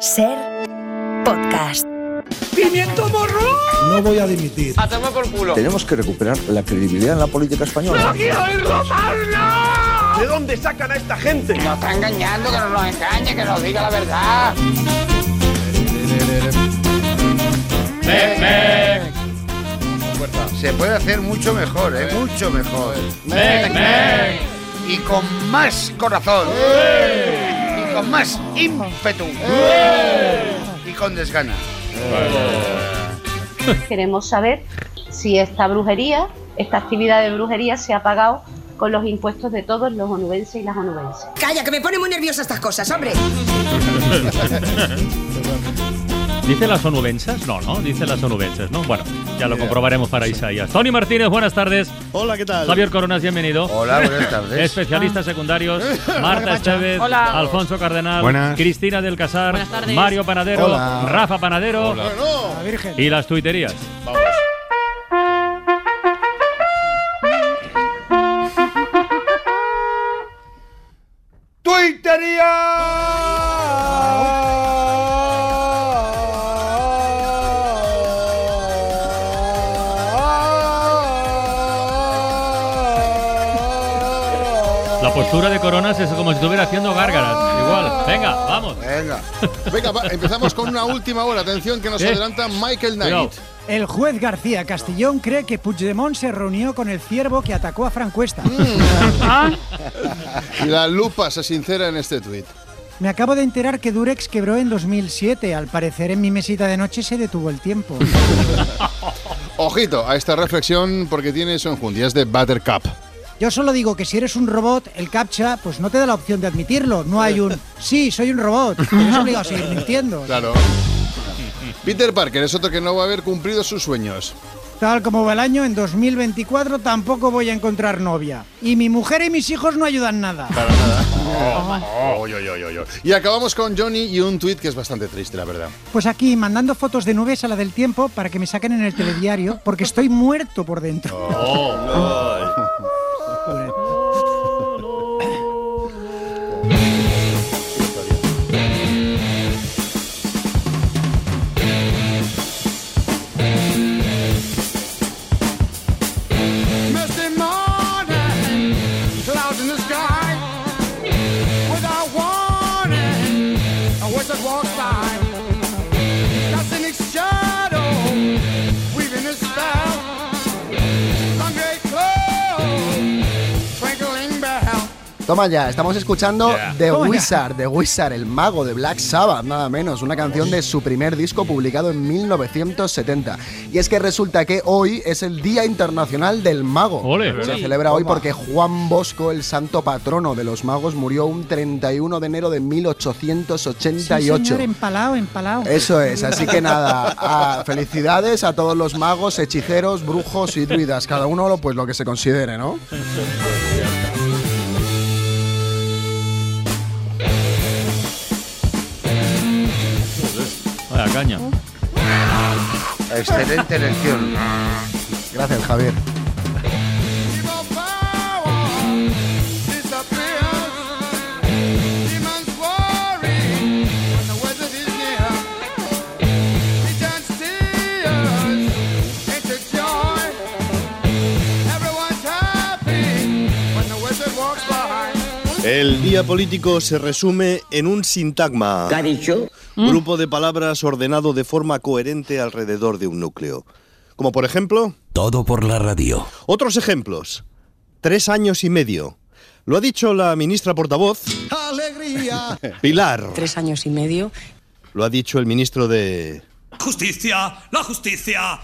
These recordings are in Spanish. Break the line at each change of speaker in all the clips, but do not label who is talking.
Ser podcast.
¡Pimiento morro!
No voy a dimitir.
¡A tomar por culo!
Tenemos que recuperar la credibilidad en la política española.
quiero oírlo más,
¿De dónde sacan a esta gente?
Nos está engañando, que no nos engañe, que nos diga la verdad.
Se puede hacer mucho mejor, ¿eh? Mucho mejor.
Mec, mec.
Y con más corazón.
Eh.
Y con más ímpetu. Y con desgana.
Queremos saber si esta brujería, esta actividad de brujería se ha pagado con los impuestos de todos los onubenses y las onubenses.
Calla, que me pone muy nerviosa estas cosas, hombre.
¿Dice las onubenses? No, no, dice las onubenses, ¿no? Bueno, ya lo comprobaremos para Isaías. Tony Martínez, buenas tardes.
Hola, ¿qué tal?
Javier Coronas, bienvenido.
Hola, buenas tardes.
Especialistas secundarios. Marta Estevez.
Ah. Hola.
Alfonso Cardenal.
Buenas.
Cristina del Casar.
Buenas tardes.
Mario Panadero.
Hola.
Rafa Panadero.
Bueno,
Y las tuiterías. La postura de Coronas es como si estuviera haciendo gárgaras. Igual. Venga, vamos.
Venga.
Venga, va, empezamos con una última hora. Atención que nos
Eh.
adelanta Michael
Cuidado.
Knight.
El juez García Castellón cree que Puigdemont se reunió con el ciervo que atacó a Francuesta.
Mm.
Y la lupa se sincera en este tuit.
Me acabo de enterar que Durex quebró en 2007. Al parecer en mi mesita de noche se detuvo el tiempo.
Mm.
Ojito a esta reflexión porque tiene su enjundia. Es de Buttercup.
Yo solo digo que si eres un robot, el captcha pues no te da la opción de admitirlo. No hay un sí, soy un robot. Eres obligado a seguir mintiendo.
Claro. Peter Parker es otro que no va a haber cumplido sus sueños.
Tal como va el año, en 2024 tampoco voy a encontrar novia. Y mi mujer y mis hijos no ayudan nada.
Oh,
Oh.
Oy, oy, oy, oy, oy. oh, Y acabamos con Johnny y un tuit que es bastante triste, la verdad.
Pues aquí, mandando fotos de nubes a la del tiempo para que me saquen en el telediario, porque estoy muerto por dentro.
Oh,
Toma ya, estamos escuchando
Yeah.
The
Toma ya.
Wizard, The Wizard, el mago de Black Sabbath, nada menos, una canción de su primer disco publicado en 1970. Y es que resulta que hoy es el Día Internacional del Mago.
Ole.
Se
Sí.
celebra hoy
Toma.
porque Juan Bosco, el santo patrono de los magos, murió un 31 de enero de
Sí,
1888.
señor, empalado, empalado.
Eso es, así que nada, a- felicidades a todos los magos, hechiceros, brujos y druidas, cada uno lo, pues lo que se considere, ¿no?
Vaya caña.
Excelente elección.
Gracias, Javier.
Eh,
El día político se resume en un sintagma.
¿Qué ha dicho?
Grupo de palabras ordenado de forma coherente alrededor de un núcleo. Como por ejemplo,
Todo por la radio.
otros ejemplos. Tres años y medio. Lo ha dicho la ministra portavoz. ¡Alegría! Pilar.
Tres años y medio.
Lo ha dicho el ministro de.
¡Justicia! ¡La justicia!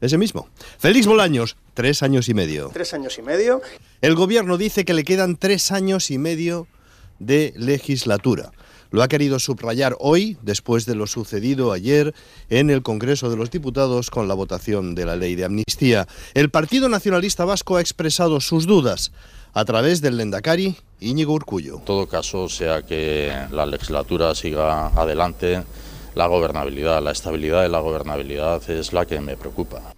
Ese mismo. Félix Bolaños. Tres años y medio.
Tres años y medio.
El gobierno dice que le quedan tres años y medio de legislatura. Lo ha querido subrayar hoy, después de lo sucedido ayer en el Congreso de los Diputados con la votación de la ley de amnistía. El Partido Nacionalista Vasco ha expresado sus dudas a través del Lendakari Íñigo Urcullo.
todo caso, sea que la legislatura siga adelante, la gobernabilidad, la estabilidad de la gobernabilidad es la que me preocupa.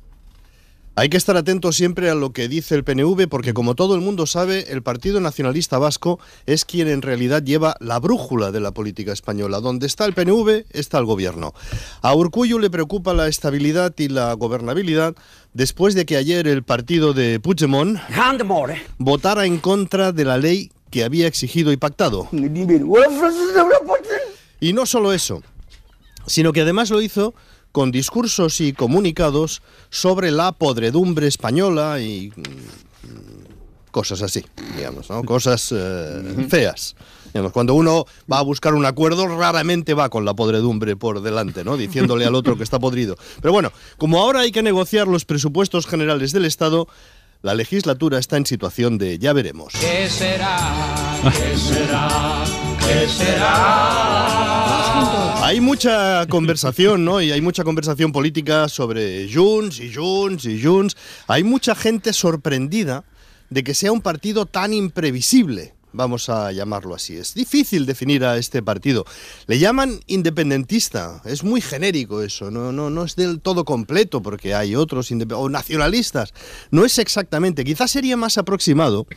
Hay que estar atento siempre a lo que dice el PNV porque como todo el mundo sabe, el Partido Nacionalista Vasco es quien en realidad lleva la brújula de la política española. Donde está el PNV, está el gobierno. A Urcuyo le preocupa la estabilidad y la gobernabilidad después de que ayer el partido de Puigdemont votara en contra de la ley que había exigido y pactado. Y no solo eso, sino que además lo hizo con discursos y comunicados sobre la podredumbre española y mm, cosas así, digamos, ¿no? cosas eh, feas. Digamos, cuando uno va a buscar un acuerdo, raramente va con la podredumbre por delante, ¿no? Diciéndole al otro que está podrido. Pero bueno, como ahora hay que negociar los presupuestos generales del Estado, la legislatura está en situación de ya veremos.
¿Qué será? ¿Qué será? ¿Qué será?
Hay mucha conversación, ¿no? Y hay mucha conversación política sobre Junts y Junts y Junts. Hay mucha gente sorprendida de que sea un partido tan imprevisible. Vamos a llamarlo así. Es difícil definir a este partido. Le llaman independentista. Es muy genérico eso. No, no, no es del todo completo porque hay otros indep- o nacionalistas. No es exactamente. Quizás sería más aproximado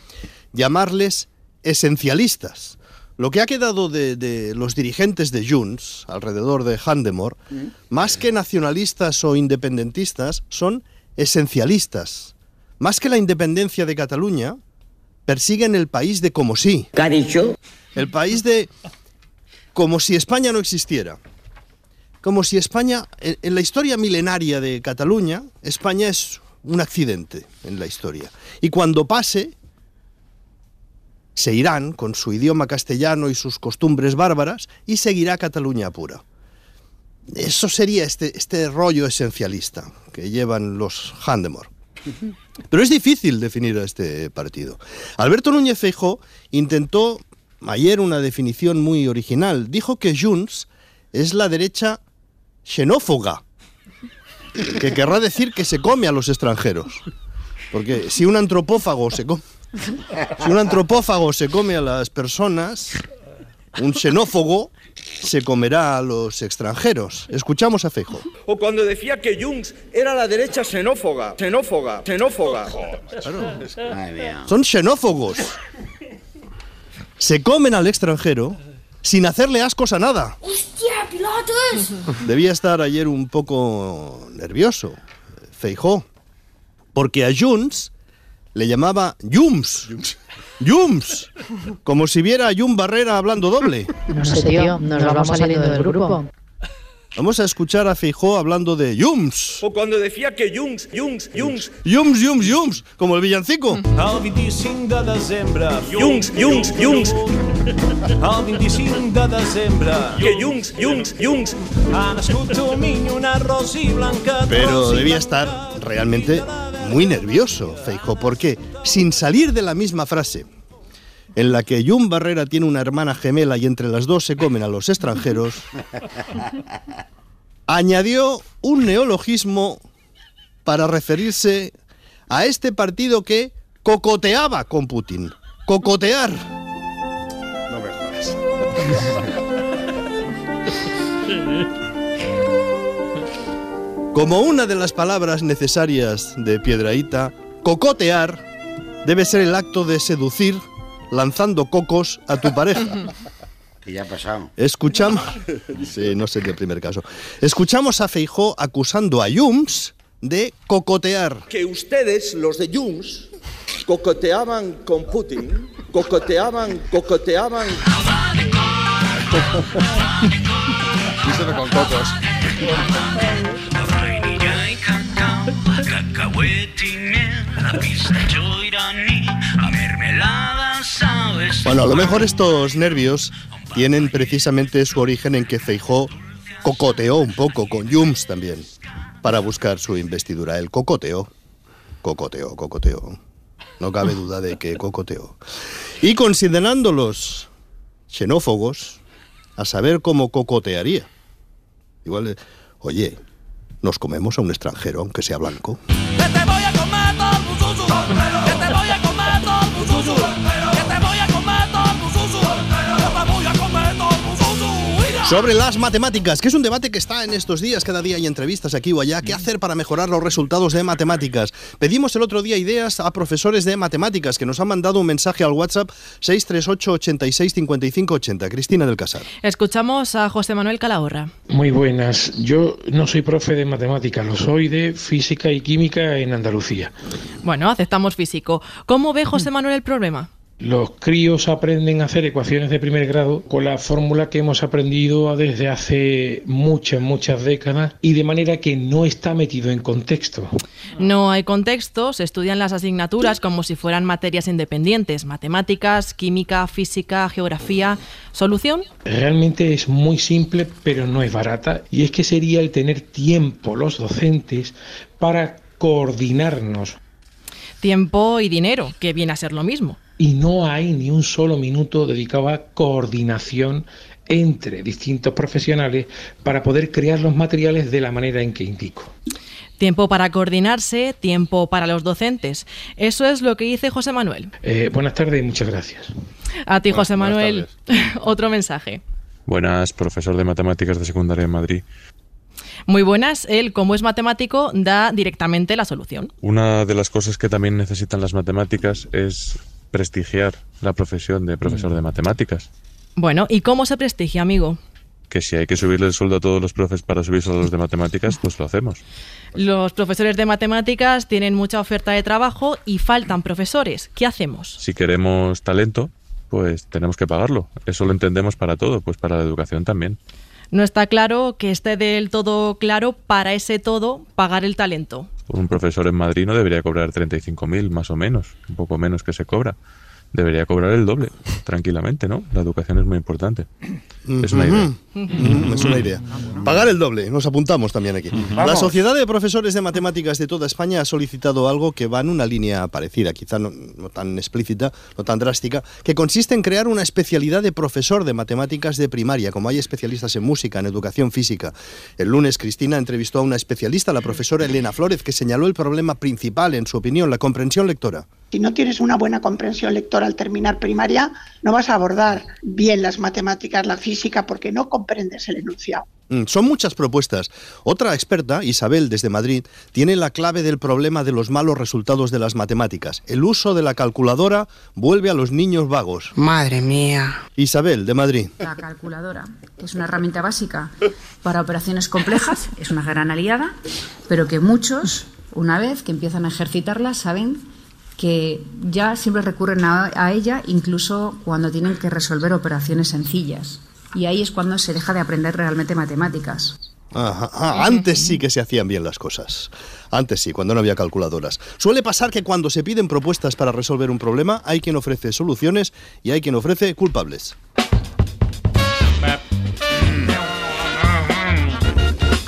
llamarles esencialistas. Lo que ha quedado de, de los dirigentes de Junts, alrededor de Handemore, más que nacionalistas o independentistas, son esencialistas. Más que la independencia de Cataluña, persiguen el país de como si. ¿Qué ha dicho? El país de como si España no existiera. Como si España, en, en la historia milenaria de Cataluña, España es un accidente en la historia. Y cuando pase, se irán con su idioma castellano y sus costumbres bárbaras y seguirá Cataluña pura. Eso sería este, este rollo esencialista que llevan los Handemore. Pero es difícil definir a este partido. Alberto Núñez Feijóo intentó ayer una definición muy original. Dijo que Junts es la derecha xenófoba, que querrá decir que se come a los extranjeros. Porque si un antropófago se come, si un antropófago se come a las personas, un xenófobo se comerá a los extranjeros. Escuchamos a Feijóo.
O cuando decía que Junts era la derecha xenófoba, xenófoba, xenófoba.
Son xenófobos. Se comen al extranjero sin hacerle ascos a nada.
¡Hostia, pilotos!
Debía estar ayer un poco nervioso, Feijó, porque a Junts le llamaba Jums. Jums. Como si viera a Jun Barrera hablando doble.
No sé, tío, nos vamos saliendo del grupo.
Vamos a escuchar a Feijó hablando de Jums.
O cuando decía que Junts, Junts, Junts.
Jums, Jums, Jums, como el villancico.
El 25 de desembre.
Junts, Junts, Junts.
El 25 de desembre.
Que Junts, Junts, Junts.
Ha nascut un niño, una rosy blanca.
Pero debía estar realmente muy nervioso, Feijo, porque sin salir de la misma frase en la que Jun Barrera tiene una hermana gemela y entre las dos se comen a los extranjeros, añadió un neologismo para referirse a este partido que cocoteaba con Putin. Cocotear.
No me jodas.
Como una de las palabras necesarias de Piedraíta, cocotear debe ser el acto de seducir lanzando cocos a tu pareja.
Y ya ha pasado.
Escuchamos. Sí, no sería el primer caso. Escuchamos a Feijó acusando a Jums de cocotear.
Que ustedes, los de Junts, cocoteaban con Putin. Cocoteaban, cocoteaban.
Díselo con cocos.
Bueno, a lo mejor estos nervios tienen precisamente su origen en que Feijó cocoteó un poco con Jums también para buscar su investidura. El cocoteo. Cocoteo, cocoteo. No cabe duda de que cocoteo. Y considerándolos xenófobos, a saber cómo cocotearía. Igual, eh, oye, nos comemos a un extranjero, aunque sea blanco.
Que te voy a comer todo buzuzu. Que te voy a comer todo buzuzu. Que te voy a comer todo buzuzu. Que te voy a comer todo buzuzu. Mira.
sobre las matemáticas, que es un debate que está en estos días, cada día hay entrevistas aquí o allá, qué hacer para mejorar los resultados de matemáticas. Pedimos el otro día ideas a profesores de matemáticas que nos han mandado un mensaje al WhatsApp 638 86 55 80. Cristina del Casar.
Escuchamos a José Manuel Calahorra.
Muy buenas. Yo no soy profe de matemáticas, lo soy de física y química en Andalucía.
Bueno, aceptamos físico. ¿Cómo ve José Manuel el problema?
Los críos aprenden a hacer ecuaciones de primer grado con la fórmula que hemos aprendido desde hace muchas, muchas décadas y de manera que no está metido en contexto.
No hay contexto, se estudian las asignaturas como si fueran materias independientes, matemáticas, química, física, geografía. ¿Solución?
Realmente es muy simple, pero no es barata, y es que sería el tener tiempo los docentes para coordinarnos.
Tiempo y dinero, que viene a ser lo mismo.
Y no hay ni un solo minuto dedicado a coordinación entre distintos profesionales para poder crear los materiales de la manera en que indico.
Tiempo para coordinarse, tiempo para los docentes. Eso es lo que dice José Manuel.
Eh, buenas tardes y muchas gracias.
A ti, José
Buenas-
Manuel, otro mensaje.
Buenas, profesor de matemáticas de secundaria en Madrid.
Muy buenas, él como es matemático da directamente la solución.
Una de las cosas que también necesitan las matemáticas es prestigiar la profesión de profesor de matemáticas.
Bueno, ¿y cómo se prestigia, amigo?
Que si hay que subirle el sueldo a todos los profes para subirse a los de matemáticas, pues lo hacemos.
Los profesores de matemáticas tienen mucha oferta de trabajo y faltan profesores. ¿Qué hacemos?
Si queremos talento, pues tenemos que pagarlo. Eso lo entendemos para todo, pues para la educación también.
No está claro que esté del todo claro para ese todo pagar el talento.
Un profesor en Madrid no debería cobrar 35.000, más o menos, un poco menos que se cobra. Debería cobrar el doble, tranquilamente, ¿no? La educación es muy importante. Es una idea.
Ujú, Es una idea. Pagar el doble, nos apuntamos también aquí. La
Vamos.
Sociedad de Profesores de Matemáticas de toda España ha solicitado algo que va en una línea parecida, quizá no, no tan explícita, no tan drástica, que consiste en crear una especialidad de profesor de matemáticas de primaria, como hay especialistas en música, en educación física. El lunes Cristina entrevistó a una especialista, la profesora Elena Flores, que señaló el problema principal, en su opinión, la comprensión lectora.
Si no tienes una buena comprensión lectora al terminar primaria, no vas a abordar bien las matemáticas, la física, porque no comprendes el enunciado.
Mm, Son muchas propuestas. Otra experta, Isabel, desde Madrid, tiene la clave del problema de los malos resultados de las matemáticas. El uso de la calculadora vuelve a los niños vagos.
Madre mía.
Isabel, de Madrid.
La calculadora es una herramienta básica para operaciones complejas, es una gran aliada, pero que muchos, una vez que empiezan a ejercitarla, saben que ya siempre recurren a, a ella, incluso cuando tienen que resolver operaciones sencillas. Y ahí es cuando se deja de aprender realmente matemáticas.
Ajá, ah, antes sí que se hacían bien las cosas. Antes sí, cuando no había calculadoras. Suele pasar que cuando se piden propuestas para resolver un problema, hay quien ofrece soluciones y hay quien ofrece culpables.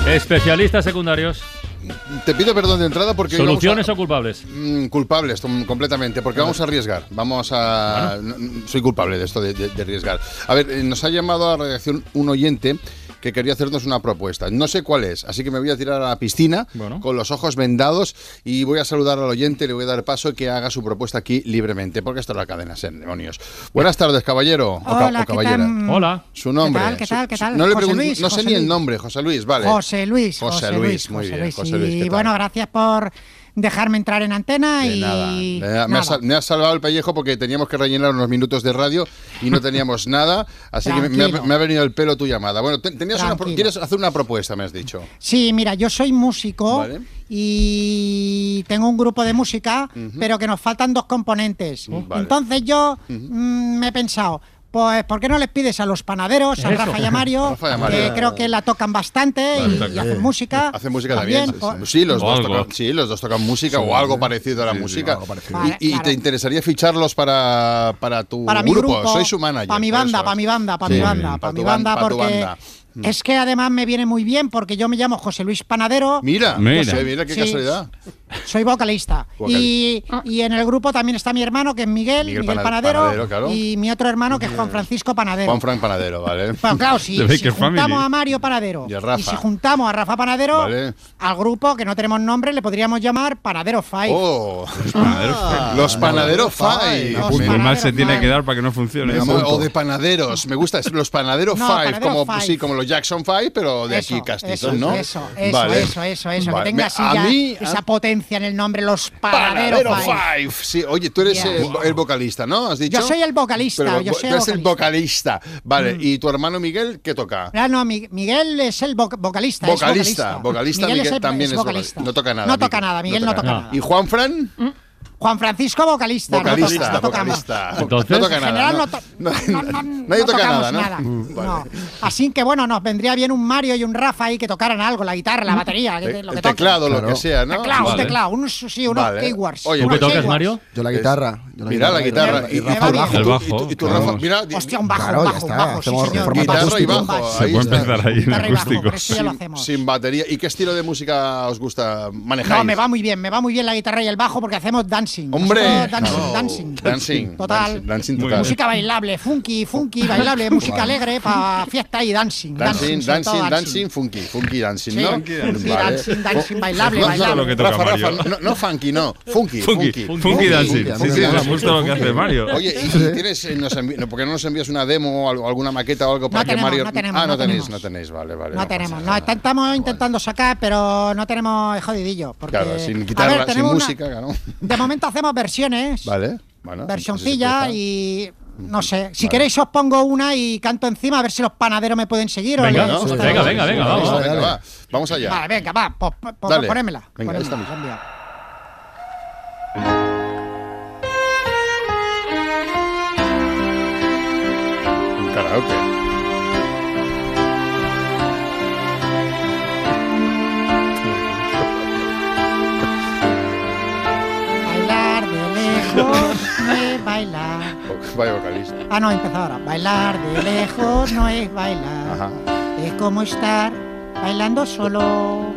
Especialistas secundarios.
Eh. Te pido perdón de entrada porque. hoy vamos
¿Soluciones
a-
o culpables?
Mm, culpables, tom- completamente, porque vamos a arriesgar. Vamos a. no, Soy culpable de esto de, de- de arriesgar. A ver, eh, nos ha llamado a la redacción un oyente que quería hacernos una propuesta. No sé cuál es, así que me voy a tirar a la piscina con los ojos vendados y voy a saludar al oyente, le voy a dar paso que haga su propuesta aquí libremente, porque esto es la cadena Ser, demonios. Buenas tardes, caballero o ca-
Hola,
o
¿qué
caballera.
tan- Hola.
Su nombre.
¿Qué tal, qué
su-
tal, qué
su-
tal?
No, le
José
pregun-
Luis,
no sé
José
ni el
Luis.
nombre, José Luis, vale.
José Luis.
José Luis, muy
José
bien.
Luis.
José Luis, ¿qué
Y
tal?
bueno, gracias por dejarme entrar en antena
De
y.
nada. Eh, Me, me
nada.
ha sal- me ha salvado el pellejo porque teníamos que rellenar unos minutos de radio y no teníamos nada, así que me- me ha,
Tranquilo.
me ha venido el pelo tu llamada. Bueno, te- tenías una pro-
Tranquilo.
quieres hacer una propuesta, me has dicho.
Sí, mira, yo soy músico
Vale.
y tengo un grupo de música,
Ujú.
pero que nos faltan dos componentes.
Mm, vale.
Entonces yo
Ujú.
mm, me he pensado, pues ¿por qué no les pides a los panaderos, a
Eso.
Rafa y a Mario,
Rafa y a Mario.
que creo que la tocan bastante
Vale,
y,
está
y
claro.
hacen música?
Hacen música también.
pues-
Sí, los
O
dos
algo.
tocan, sí, los dos tocan música o algo parecido a la música. Y-
Vale,
y,
claro.
te interesaría ficharlos para, para tu
para mi
grupo.
grupo,
Soy su manager.
Para mi
por
banda,
eso.
para mi banda, para
Sí,
mi banda,
para
para
tu
mi
ban-
banda,
para tu
porque
banda.
es que además me viene muy bien porque yo me llamo José Luis Panadero.
Mira,
Mira.
José, mira qué
Sí.
casualidad.
soy vocalista.
Vocalista.
Y, y en el grupo también está mi hermano, que es Miguel,
Miguel
Miguel,
Pana-
Panadero,
Panadero, claro.
y mi otro hermano, que es Juan Francisco Panadero.
Juan Frank Panadero, ¿vale?
Bueno, claro, si,
De
si
Baker
juntamos
Family.
a Mario Panadero
Y a Rafa.
si juntamos a Rafa Panadero,
Vale.
al grupo que no tenemos nombre le podríamos llamar Panadero Five.
Oh,
Ah.
Ah, los panaderos Five.
Qué punto Pues mal se tiene que dar para que no funcione.
Me
Ese
llamo-
punto.
o de panaderos, me gusta, es los panaderos
No,
Five,
panaderos
como,
Five.
Sí, como los Jackson Five, pero de aquí
eso,
castizos, ¿no?
eso, eso,
Vale.
eso, eso, eso,
Vale. Me-
que tenga así
a
ya
mí,
esa potencia en el nombre, los Panadero,
Panadero
Five.
Five. Sí, oye, tú eres
Yeah.
el, el vocalista, ¿no? ¿Has dicho?
Yo soy el vocalista,
Pero
yo
vo-
soy
tú
el
eres el vocalista. Vale, ¿y tu hermano Miguel qué toca?
Ah, no, Mi- Miguel es el voc- vocalista. es
Vocalista,
vocalista,
vocalista, Miguel,
Miguel, es el-
también
es
es
vocalista.
vocalista. No toca nada.
No toca nada, Miguel no toca nada.
¿Y Juan Fran?
Juan Francisco, vocalista.
Vocalista,
no toca- no toca más.
vocalista.
Entonces-
no toca
En
nada.
general,
¿no?
no to-
Nadie
no
toca
tocamos
nada, ¿no?
nada.
Mm, vale.
No. Así que bueno, nos vendría bien un Mario y un Rafa ahí que tocaran algo, la guitarra, la batería, que-
Te-
lo
Mm. Eh, el
que toquen.
teclado, lo que sea, ¿no?
Teclado, un
Vale.
teclado, unos, sí, unos
Vale.
keywords.
Oye, pues ¿tú
unos
qué tocas,
keywords.
Mario?
Yo la guitarra. Yo
Mira la guitarra.
Y,
Y-
Rafa el bajo.
El bajo,
Y tú,
claro.
Rafa,
mira.
Hostia, un bajo, un bajo, un bajo. sí,
Hacemos
señor.
formato
Guitarra y
acústico.
bajo.
Se puede empezar ahí en
Guitarra y bajo, acústico. pero eso ya lo
Sin,
hacemos.
sin batería. ¿Y qué estilo de música os gusta manejar?
No, me va muy bien, me va muy bien la guitarra y el bajo porque hacemos dancing.
Hombre.
Nosotros dancing,
No.
dancing.
Dancing.
Total.
Dancing, dancing total.
Música bailable, funky, funky, bailable, música
Vale.
alegre para fiesta y dancing.
Dancing,
sobre todo
dancing, dancing, funky, funky dancing,
Sí,
¿no?
funky dancing, dancing, dancing, bailable,
No, no,
bailable.
lo que toca
Rafa, Rafa,
Mario.
no, no funky, no, funky,
Funky,
funky.
funky dancing. Sí, sí, me gusta lo que hace Mario.
Oye, ¿y y tienes, eh, nos envi- no, ¿por qué no nos envías una demo o algo- alguna maqueta o algo para que
tenemos,
Mario...
no tenemos,
ah, no,
no
tenéis,
tenemos.
no tenéis, vale, vale.
No
pasa
tenemos,
nada.
no, está- estamos intentando sacar, pero no tenemos el jodidillo. Porque,
Claro, sin
a ver,
guitarra, sin
tenemos una-
música, ¿no?
De momento hacemos versiones,
Vale, bueno.
versioncilla y no sé. Si
Vale.
queréis os pongo una y canto encima a ver si los panaderos me pueden seguir. o
Venga,
les
¿no?
gusta.
venga, venga, venga, vamos.
venga, va. Vamos allá.
Vale, venga, va, pues, pues, pues,
Dale.
ponémela.
Venga,
ponémela,
esta misma.
cambia.
Un karaoke.
Bailar de lejos no es bailar.
Vaya vocalista.
Ah, no, empezó ahora. Bailar de lejos no es bailar.
Ajá.
Es como estar bailando solo.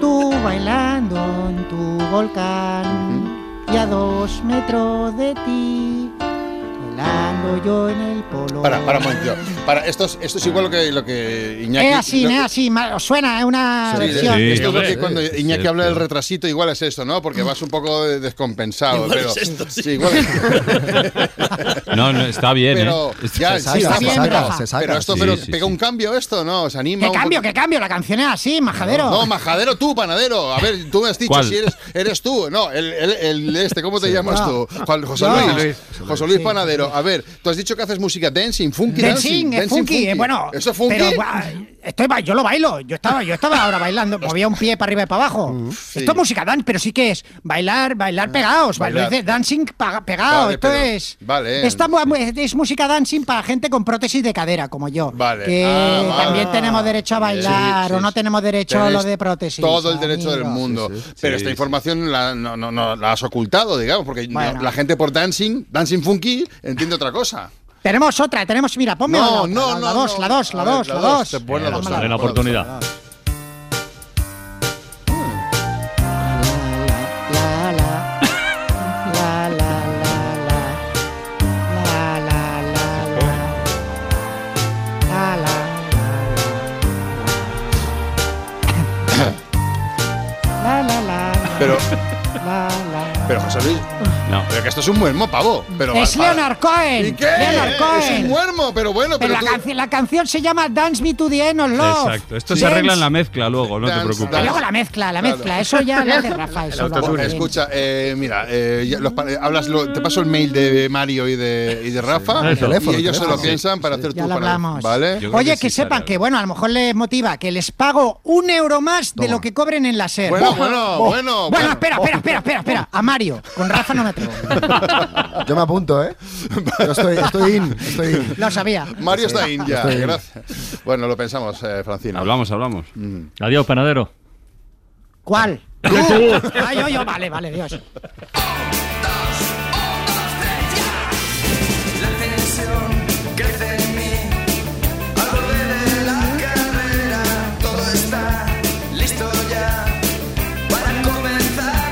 Tú bailando en tu volcán y a dos metros de ti. Bailando yo en el polo.
Para, para un momento. Para, esto, es, esto es igual lo que, lo que Iñaki...
Es así,
lo-
es así. ma- os Suena, es una
Sí,
versión.
de- esto es lo que
hombre.
cuando
Sí,
Iñaki
sí,
habla del
sí.
retrasito, igual es esto, ¿no? Porque vas un poco de- descompensado.
Igual
pero,
es esto, sí.
igual es-
No, no, está bien,
pero,
¿eh?
Ya,
Se
sí,
saca,
está
se
bien,
saca,
pero,
se saca.
pero esto
Sí,
pero
sí,
pega un cambio esto, ¿no? ¿Os anima
¿Qué
un
cambio,
poco?
qué cambio? La canción es así, majadero.
No, majadero tú, panadero. A ver, tú me has dicho
¿Cuál?
si eres, eres tú. No, el, el- el este, ¿cómo te llamas
Ah.
tú? Juan- José
No.
Luis.
José Luis.
José Luis Panadero. A ver, tú has dicho que haces música dancing, funky dancing.
Dancing, es funky, eh, bueno.
¿Eso es funky?
Pero, ah, estoy ba- yo lo bailo, yo estaba, yo estaba ahora bailando, movía un pie para arriba y para abajo.
Mm,
Esto es música dance, pero sí que es bailar, bailar pegados, bailar.
Bailar.
dice dancing pa- pegado,
Vale,
esto
pero-
es.
vale.
esta mu- es, música dancing para gente con prótesis de cadera, como yo.
Vale.
Que
Ah, vale.
también tenemos derecho a bailar
Sí, sí,
o no
sí.
tenemos derecho a
Tenéis
lo de prótesis.
Todo el derecho del
amigo.
mundo. Pero esta información la, no, no, no, la has ocultado, digamos, porque no-
Bueno.
la gente por dancing, dancing funky, entiende otra cosa.
Tenemos otra, tenemos, mira, ponme
No,
la, otra,
no,
la-
no,
la dos,
no.
la dos, la
A ver,
dos,
la
la
dos,
dos.
te pon la dos,
Ponme la
Dale la
dos.
oportunidad.
La, la, la, la, la, la, la, la, la, la. La, la, la, la, la,
Pero,
la, la.
pero José Luis,
No.
pero que esto es un muermo, pavo. Pero,
Es
va- va-
Leonard Cohen.
¿Y qué?
Leonard
Es un
Cohen.
muermo, pero bueno, pero,
Pero la,
tú-
canci- la canción se llama Dance Me to the End of Love.
Exacto. Esto
Dance-
se arregla en la mezcla luego, no te
Dance,
preocupes.
Y luego la mezcla, la
Claro.
mezcla. Eso ya lo hace Rafa.
El
Eso lo
autotune.
hace bien.
Escucha, eh, mira, eh, ya los pa- eh, hablas, lo- te paso el mail de Mario y de, y de Rafa
Eso.
y ellos se lo
Sí.
piensan para hacer
Ya
tu
lo
panel,
hablamos.
¿vale?
Oye, que, sepan que, bueno, a lo mejor les motiva que les pago un euro más de lo que cobren en la SER.
Bueno, bueno, bueno, bueno.
Bueno, espera, espera, espera, espera, espera. A Mario. Con Rafa no me atrevo.
Yo me apunto, ¿eh? Yo estoy, estoy in, estoy in.
Lo sabía.
Mario está in ya,
Estoy in.
gracias. Bueno, lo pensamos, eh, Francina.
Hablamos, hablamos.
Mm.
Adiós, panadero.
¿Cuál? Ay, yo, yo, vale, vale, Dios.
La tensión crece en mí, al borde de la carrera, todo está listo ya para comenzar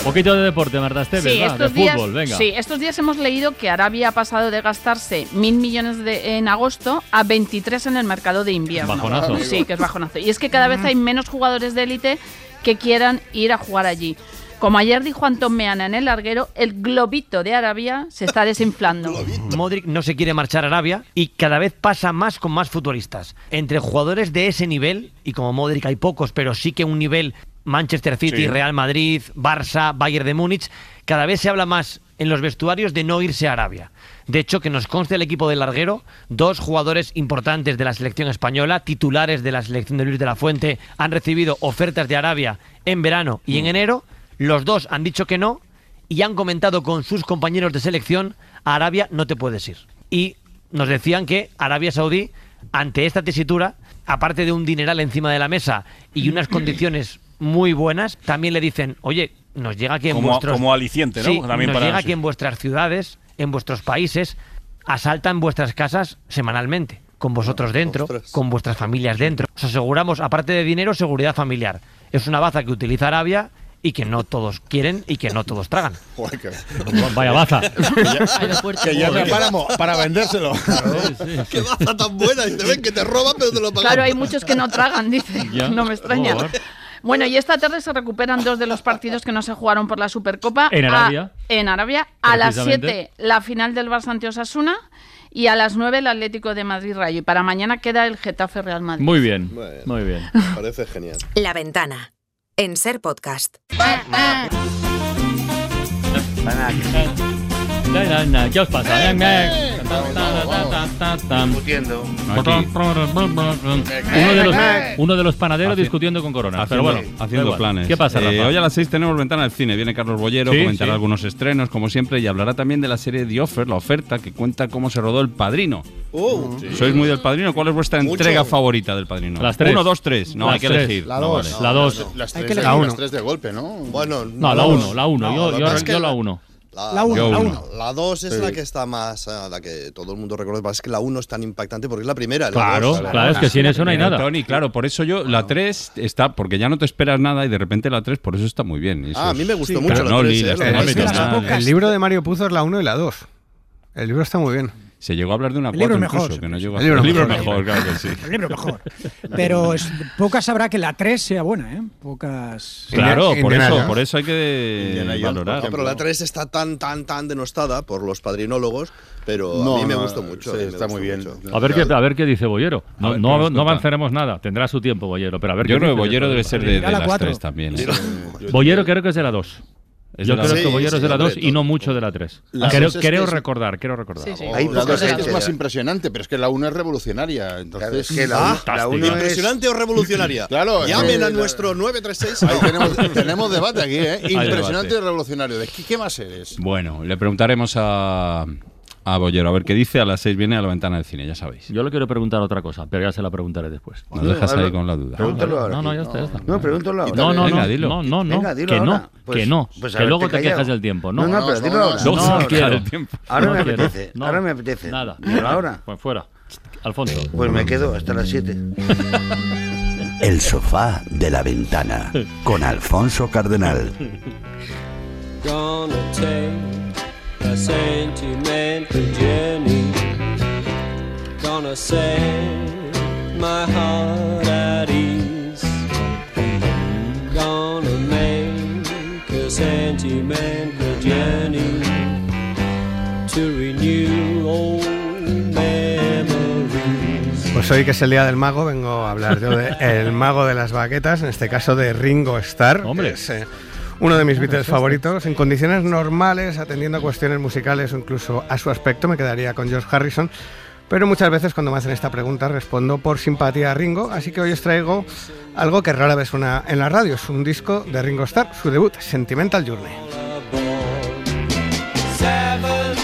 Un poquito de deporte, Marta Esteves,
Sí,
va, este, de
estos días,
fútbol, venga.
sí, estos días hemos leído que Arabia ha pasado de gastarse mil millones de- en agosto a 23 en el mercado de invierno.
Bajonazo.
Sí, que es bajonazo. Y es que cada vez hay menos jugadores de élite que quieran ir a jugar allí. Como ayer dijo Antón Meana en el larguero, el globito de Arabia se está desinflando.
Modric no se quiere marchar a Arabia y cada vez pasa más con más futbolistas. Entre jugadores de ese nivel, y como Modric hay pocos, pero sí que un nivel Manchester City,
Sí.
Real Madrid, Barça, Bayern de Múnich, cada vez se habla más en los vestuarios de no irse a Arabia. De hecho, que nos conste el equipo del larguero, dos jugadores importantes de la selección española, titulares de la selección de Luis de la Fuente, han recibido ofertas de Arabia en verano y en enero. Los dos han dicho que no y han comentado con sus compañeros de selección, a Arabia no te puedes ir. Y nos decían que Arabia Saudí, ante esta tesitura, aparte de un dineral encima de la mesa y unas condiciones muy buenas, también le dicen, oye, nos llega que en
Como-
vuestros...
como aliciente, ¿no?
Sí,
También
nos
para-
llega que en vuestras ciudades, en vuestros países, asaltan vuestras casas semanalmente, con vosotros dentro, con vuestras familias dentro. Os aseguramos, aparte de dinero, seguridad familiar. Es una baza que utiliza Arabia y que no todos quieren y que no todos tragan.
Vaya baza.
Que llame a Páramo para vendérselo.
Qué
baza tan buena. Dice, ven que te roban, pero te lo pagan.
Claro, hay muchos que no tragan, dice.
Ya.
No me extraña.
Joder.
Bueno, y esta tarde se recuperan dos de los partidos que no se jugaron por la Supercopa.
En
A-
Arabia.
en Arabia. A las
Precisamente.
7, la final del Barça ante Osasuna. Y a las 9, el Atlético de Madrid Rayo. Y para mañana queda el Getafe Real Madrid.
Muy bien, muy bien.
Parece genial.
La ventana. En Ser Podcast.
Na, na, na, ¿Qué os pasa?
Discutiendo.
Uno de, los, uno de los panaderos discutiendo con Corona.
Haciendo-
pero bueno, da
haciendo
igual.
planes.
¿Qué pasa,
Eh,
Rafa?
hoy a las 6 tenemos ventana del cine. Viene Carlos Bollero,
Sí,
comentará
sí.
algunos estrenos, como siempre, y hablará también de la serie The Offer, la oferta, que cuenta cómo se rodó El Padrino.
Uh,
Oh.
¿Sois muy del Padrino? ¿Cuál es vuestra
Mucho.
entrega favorita del Padrino?
Las tres.
Uno, dos, tres. No,
Las
hay que
tres.
elegir.
La
No,
dos.
vale.
La dos.
Las
Hay
tres,
que elegir.
de-
La
las
uno.
tres de golpe, ¿no?
Bueno,
No, la
dos.
uno, la uno.
No,
Yo- yo-
verdad es que
yo la uno. La uno,
yo
la
uno.
uno.
La dos es
Sí.
la que está más, ah, la que todo el mundo recuerda. Pero Es que la uno es tan impactante porque es la primera. Pues, eh, la
Claro,
dos,
claro,
la
claro,
dos.
es que sin eso no hay nada. Tony, claro, por eso yo, la 3 está, porque ya no te esperas nada y de repente la 3, por eso está muy bien.
Ah, a mí me gustó mucho la tres, eh, la verdad es que
El libro de Mario Puzo es la 1 y la 2. El libro está muy bien.
Se llegó a hablar de una
El libro
4
es mejor,
incluso, que no llegó a
el libro
El
es
libro es
mejor.
mejor, claro que sí.
El libro mejor.
Pero es- pocas habrá que la 3 sea buena, ¿eh? Pocas.
Claro, por
Indiana
eso,
Jones.
por eso hay que
Indiana Jones, por
valorar.
ejemplo, la 3 está tan, tan, tan denostada por los padrinólogos, pero
No,
a mí me
no,
gustó mucho.
sí,
a mí me
está
gustó
muy bien.
mucho.
A ver, qué, a ver qué dice Bollero. No,
ver,
no,
¿qué nos
no
cuenta?
avanzaremos nada. Tendrá su tiempo, Bollero. Pero a ver
Yo
qué
creo que
dice
Bollero
esto.
debe ser de, de
Mira la
las
cuatro.
3 también. ¿eh?
Bollero creo que es de la 2.
Es
Yo
de la
creo
dos.
que Bollero
Sí,
es de la
sí,
2
hombre,
y no mucho de la 3.
La
Creo,
dos es que
creo
es-
recordar, quiero recordar.
Sí, sí.
Oh,
Hay
la
la
dos
dos
es
es que es más impresionante, pero es que la 1 es revolucionaria. Entonces,
es que la-
Ah,
la uno
impresionante
es- o revolucionaria.
claro, eh,
Llamen a nuestro 936.
Ahí tenemos, tenemos debate aquí, ¿eh?
Hay
Impresionante
debate.
y revolucionario. ¿De qué, qué más eres?
Bueno, le preguntaremos a, a Bollero a ver qué dice. A las 6 viene a la ventana del cine, ya sabéis.
Yo le quiero preguntar otra cosa, pero ya se la preguntaré después.
Nos dejas ahí con la duda.
Pregúntalo
ahora.
No, no, ya está, ya está.
No, pregúntalo ahora.
No, no,
Venga,
no,
dilo.
no, no, no,
Venga, dilo
que
ahora.
no,
Pues-
que no,
pues a
que
ver,
luego
te
te
callado.
quejas del tiempo. No,
No, no, pero dilo ahora.
No,
Ahora me
quiero.
apetece. Ahora
No
me
quiero.
apetece,
No.
ahora me apetece.
Nada.
Dilo ahora.
Pues fuera. Alfonso.
Pues me quedo hasta las 7.
El sofá de la ventana con Alfonso Cardenal.
Gonna take a sentimental journey. Gonna set my heart at ease. Gonna make a sentimental journey to renew old memories.
Pues hoy que es el Día del Mago, vengo a hablar yo de El Mago de las Baquetas, en este caso de Ringo Starr. Hombre. Es, eh, uno de mis Beatles favoritos. En condiciones normales, atendiendo a cuestiones musicales o incluso a su aspecto, me quedaría con George Harrison. Pero muchas veces cuando me hacen esta pregunta respondo por simpatía a Ringo, así que hoy os traigo algo que rara vez suena en la radio. Es un disco de Ringo Starr, su debut, Sentimental Journey.
Seven.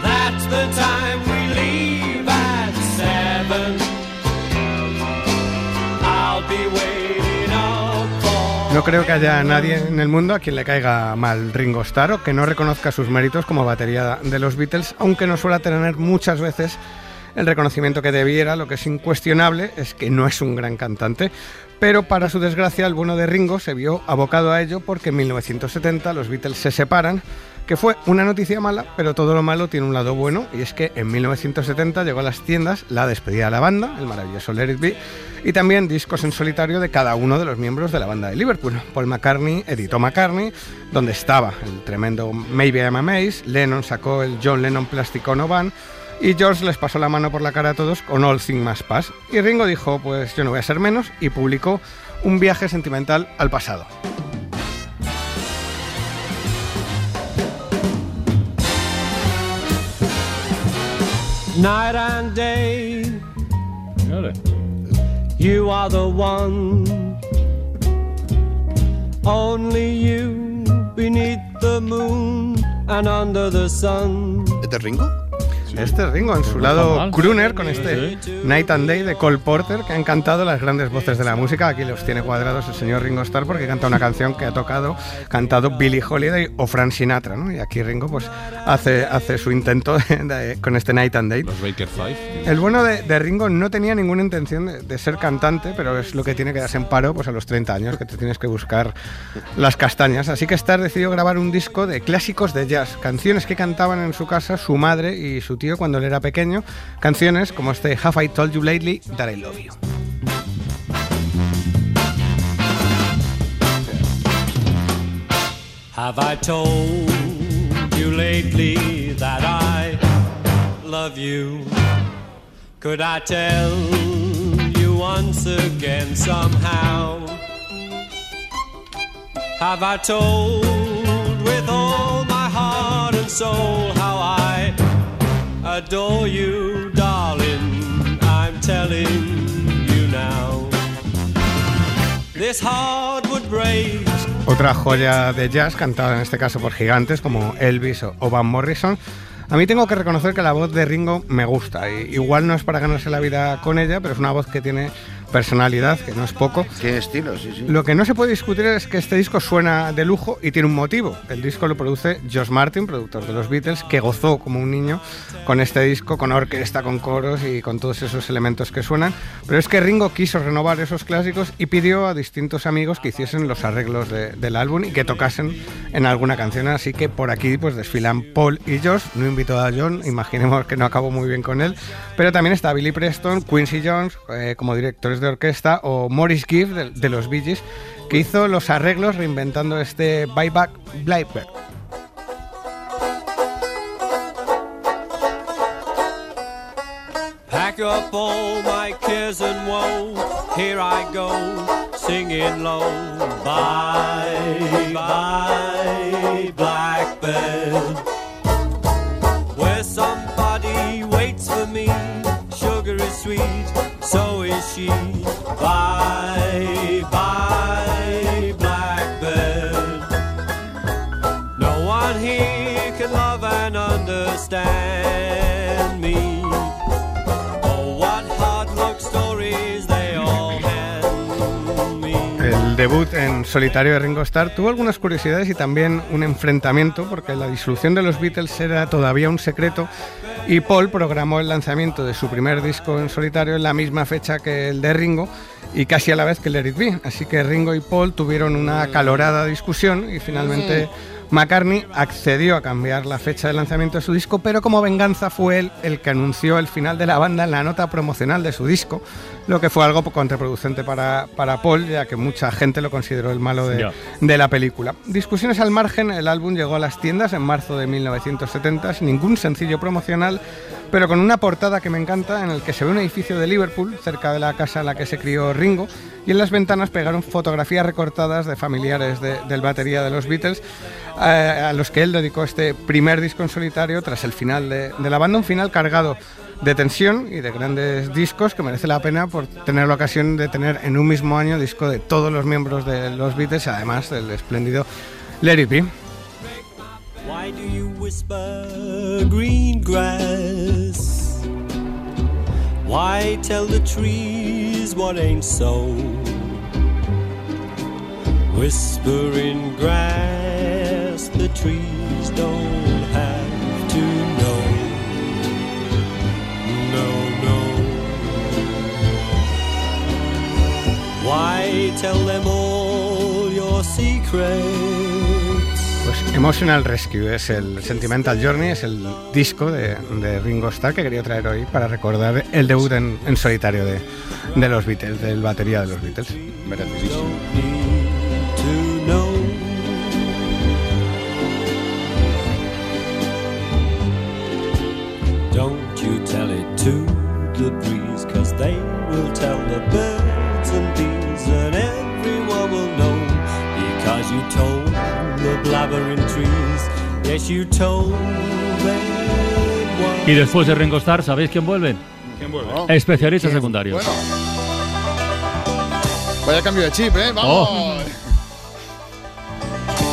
That's the time we leave at seven. I'll be waiting up for.
No creo que haya nadie en el mundo a quien le caiga mal Ringo Starr o que no reconozca sus méritos como batería de los Beatles, aunque no suele tener muchas veces el reconocimiento que debiera. Lo que es incuestionable es que no es un gran cantante. Pero para su desgracia, el bueno de Ringo se vio abocado a ello porque en 1970 los Beatles se separan, que fue una noticia mala, pero todo lo malo tiene un lado bueno, y es que en 1970 llegó a las tiendas la despedida de la banda, el maravilloso Let It Be, y también discos en solitario de cada uno de los miembros de la banda de Liverpool. Paul McCartney editó McCartney, donde estaba el tremendo Maybe I'm a Maze, Lennon sacó el John Lennon Plastic Ono Band, y George les pasó la mano por la cara a todos con All Things Must Pass. Y Ringo dijo, pues yo no voy a ser menos, y publicó un viaje sentimental al pasado.
Night and day, you are the one. Only you beneath the moon and under the sun.
¿Este Ringo?
Este es Ringo en su lado crooner con este Night and Day de Cole Porter que ha encantado las grandes voces de la música. Aquí los tiene cuadrados el señor Ringo Starr porque canta una canción que ha tocado, cantado Billie Holiday o Frank Sinatra, ¿no? Y aquí Ringo pues hace, hace su intento de- de- con este Night and Day.
Los Baker Five.
El bueno de, de Ringo no tenía ninguna intención de, de ser cantante, pero es lo que tiene que darse en paro pues, a los 30 años, que te tienes que buscar las castañas. Así que Star decidió grabar un disco de clásicos de jazz, canciones que cantaban en su casa su madre y su tío cuando él era pequeño, canciones como este Have I Told You Lately That I Love You.
Have I told you lately that I love you? Could I tell you once again somehow? Have I told with all my heart and soul how I adore you, darling? I'm telling you now. This heart would break.
Otra joya de jazz cantada en este caso por gigantes como Elvis o- o Van Morrison. A mí tengo que reconocer que la voz de Ringo me gusta. I- Igual no es para ganarse la vida con ella, pero es una voz que tiene personalidad, que no es poco.
Tiene estilo, sí, sí.
Lo que no se puede discutir es que este disco suena de lujo y tiene un motivo. El disco lo produce Josh Martin, productor de los Beatles, que gozó como un niño con este disco, con orquesta, con coros y con todos esos elementos que suenan. Pero es que Ringo quiso renovar esos clásicos y pidió a distintos amigos que hiciesen los arreglos de- del álbum y que tocasen en alguna canción. Así que por aquí pues desfilan Paul y Josh. No invitó a John, imaginemos que no acabó muy bien con él. Pero también está Billy Preston, Quincy Jones eh, como directores de orquesta o Morris Gibb de, de los Bee Gees, que hizo los arreglos reinventando este Buyback Blackbird.
Pack up all my cares and woe. Here I go, singing low. Bye, bye, blackbird. Where somebody waits for me. Sugar is sweet, so is she. Bye, bye, blackbird. No one here can love and understand me. Oh, what hard luck stories they all hand me.
El debut en solitario de Ringo Starr tuvo algunas curiosidades y también un enfrentamiento, porque la disolución de los Beatles era todavía un secreto. Y Paul programó el lanzamiento de su primer disco en solitario en la misma fecha que el de Ringo y casi a la vez que el Let It Be. Así que Ringo y Paul tuvieron una acalorada discusión y finalmente McCartney accedió a cambiar la fecha de lanzamiento de su disco, pero como venganza fue él el que anunció el final de la banda en la nota promocional de su disco, lo que fue algo contraproducente para, para Paul, ya que mucha gente lo consideró el malo de,
Ya.
de la película. Discusiones al margen, el álbum llegó a las tiendas en marzo de 1970 sin ningún sencillo promocional, pero con una portada que me encanta en el que se ve un edificio de Liverpool cerca de la casa en la que se crió Ringo y en las ventanas pegaron fotografías recortadas de familiares de- del batería de los Beatles eh, a los que él dedicó este primer disco en solitario tras el final de, de la banda, un final cargado de tensión y de grandes discos que merece la pena por tener la ocasión de tener en un mismo año disco de todos los miembros de los Beatles, además del espléndido Let It Be.
Why do you whisper green grass? Why tell the trees what ain't so? Whisper in grass, the trees don't have to know. No, secrets.
Pues Emotional Rescue es el Sentimental Journey, es el disco de, de Ringo Starr que quería traer hoy para recordar el debut en, en solitario de, de los Beatles, del batería de los Beatles.
Don't you tell it to the breeze, cause they will tell the birds and bees, and everyone will know because you told the blabbering trees. Yes, you told them once.
Y después de Ringo Starr, ¿sabéis quién vuelve?
¿Quién vuelve?
Especialistas secundarios.
Vaya cambio de chip, ¿eh?
Oh.
¡Vamos!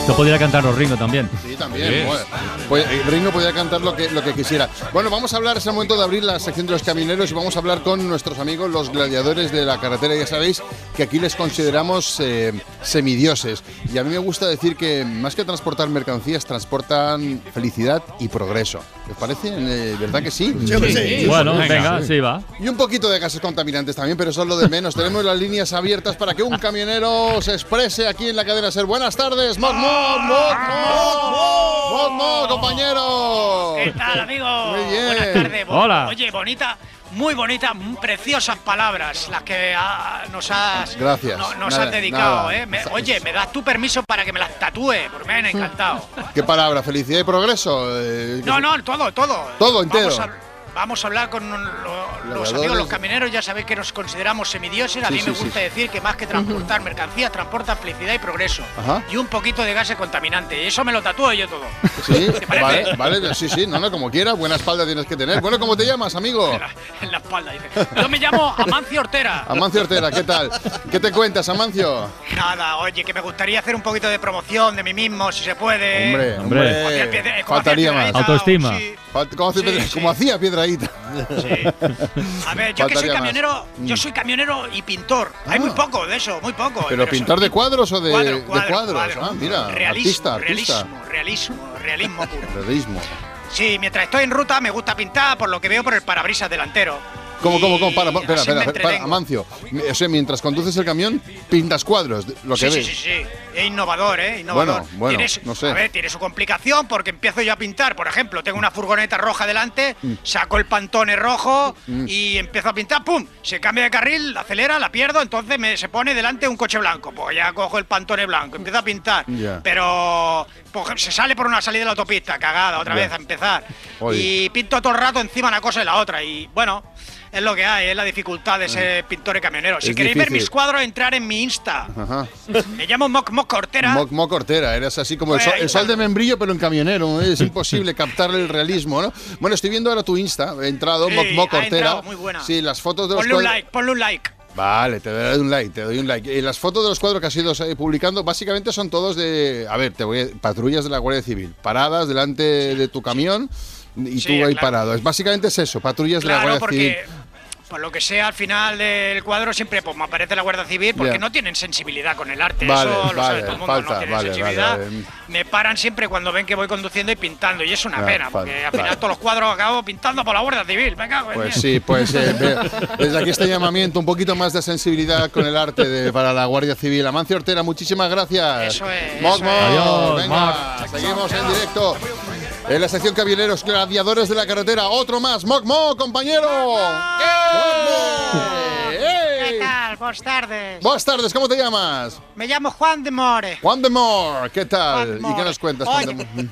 Esto podría cantarlo Ringo también.
Sí, también. bueno. Pues, eh, Ringo podía cantar lo que, lo que quisiera. Bueno, vamos a hablar, es el momento de abrir la sección de los camineros y vamos a hablar con nuestros amigos, los gladiadores de la carretera. Ya sabéis que aquí les consideramos eh, semidioses. Y a mí me gusta decir que más que transportar mercancías, transportan felicidad y progreso. ¿Os parece? Eh, ¿Verdad que sí?
Sí, hombre, sí. Bueno, venga, sí, va.
Y un poquito de gases contaminantes también, pero eso es lo de menos. Tenemos las líneas abiertas para que un camionero se exprese aquí en la cadena Ser. Buenas tardes, Moc Moc, Moc Moc, Moc Moc, compañero.
¿Qué tal, amigos?
Muy bien.
Buenas tardes. Bo-
Hola.
Oye, bonita, muy bonitas, mm, preciosas palabras las que ah, nos has,
Gracias.
no- nos
Nada,
has dedicado.
nada.
¿eh? Me- oye, ¿me das tu permiso para que me las tatúe? Porque me han encantado.
¿Qué palabra? ¿Felicidad y progreso? Eh,
No, no, todo, todo.
Todo entero.
Vamos a, vamos a hablar con lo- los
Gladiadores.
amigos, los camineros. Ya sabéis que nos consideramos semidioses. A
Sí,
mí
sí,
me
sí.
gusta decir que más que transportar mercancías, transportan felicidad y progreso.
Ajá.
Y un poquito de gases contaminantes. Y eso me lo tatúo yo todo.
Sí,
¿Te
vale,
parece?
vale, sí, sí, no, no, como quieras, buena espalda tienes que tener. Bueno, ¿cómo te llamas, amigo?
En la espalda, dice. Yo me llamo Amancio Ortera.
Amancio Ortega, ¿qué tal? ¿Qué te cuentas, Amancio?
Nada, oye, que me gustaría hacer un poquito de promoción de mí mismo, si se puede.
Hombre,
Como hacía
hombre,
el Piedra- eh, como hacía el
faltaría más.
Piedrahíta,
Autoestima.
Fal- Como, hace Piedra- como hacía Piedraíta.
A ver, yo que
Faltaría más. Mm.
soy
Ah.
camionero, yo soy camionero y pintor. Hay muy poco de eso, muy poco.
¿Pero pintor de cuadros o de,
Cuadro,
de
cuadro,
cuadros?
cuadro.
Ah, mira,
Realismo,
artista, artista.
Realismo, realismo puro.
Realismo.
Sí, mientras estoy en ruta me gusta pintar por lo que veo por el parabrisas delantero.
¿Cómo, cómo, cómo? Para, para, espera,
así me
espera, espera,
entretengo.
Amancio. O sea, mientras conduces el camión, pintas cuadros, lo que
sí,
ves.
sí, sí, sí. Es innovador, ¿eh? Innovador.
Bueno, bueno,
Tiene su-
no sé.
A ver, tiene su complicación porque empiezo yo a pintar. Por ejemplo, tengo una furgoneta roja delante,
Mm.
saco el pantone rojo
Mm.
y empiezo a pintar. ¡Pum! Se cambia de carril, la acelera, la pierdo, entonces me, se pone delante un coche blanco. Pues ya cojo el pantone blanco, empiezo a pintar.
Ya.
Pero pues, se sale por una salida de la autopista, cagada, otra
Ya.
vez a empezar.
Oye.
Y pinto todo el rato encima una cosa y la otra. Y bueno. Es lo que hay, es la dificultad de ser pintor y camionero. Si
Es
queréis ver
difícil.
mis cuadros, entrar en mi Insta.
Ajá.
Me llamo Moc Moc Cortera.
Moc, Moc Ortera, eres así como el sol, el sol de membrillo, pero en camionero. ¿eh? Es imposible captarle el realismo, ¿no? Bueno, estoy viendo ahora tu Insta. He entrado,
Sí,
Moc, Moc
ha
Ortera.
entrado, muy buena.
Sí, las fotos de los
ponle un
cuadros-
like, ponle un like.
Vale, te doy un like, te doy un like. Eh, las fotos de los cuadros que has ido eh, publicando básicamente son todos de, a ver, te voy a- patrullas de la Guardia Civil, paradas delante de tu camión y
Sí,
tú ahí
claro.
parado. Es básicamente es eso, patrullas de la
Claro,
Guardia Civil.
porque por lo que sea al final del cuadro siempre pues, me aparece la Guardia Civil porque
Ya.
no tienen sensibilidad con el arte.
Vale,
Eso lo sabe
vale,
todo el mundo, no
falta,
tienen
vale, vale,
sensibilidad.
vale.
Me paran siempre cuando ven que voy conduciendo y pintando y es una
Ya,
pena
Ah, falta,
porque al final
vale.
todos los cuadros acabo pintando por la Guardia Civil. Me cago en
Pues
diez.
sí, pues eh, ve- desde aquí este llamamiento, un poquito más de sensibilidad con el arte de- para la Guardia Civil. Amancio Ortera, muchísimas gracias.
Eso es,
Moc,
eso
moc.
es. Adiós,
venga, seguimos en directo. En la sección Caballeros Gladiadores de la Carretera, otro más. Moc, moc, compañero.
¿Qué tal? Buenas tardes.
Buenas tardes, ¿cómo te llamas?
Me llamo Juan de More.
Juan de More, ¿qué tal?
Juan
¿Y qué nos cuentas?
Oye.
Juan de Mor?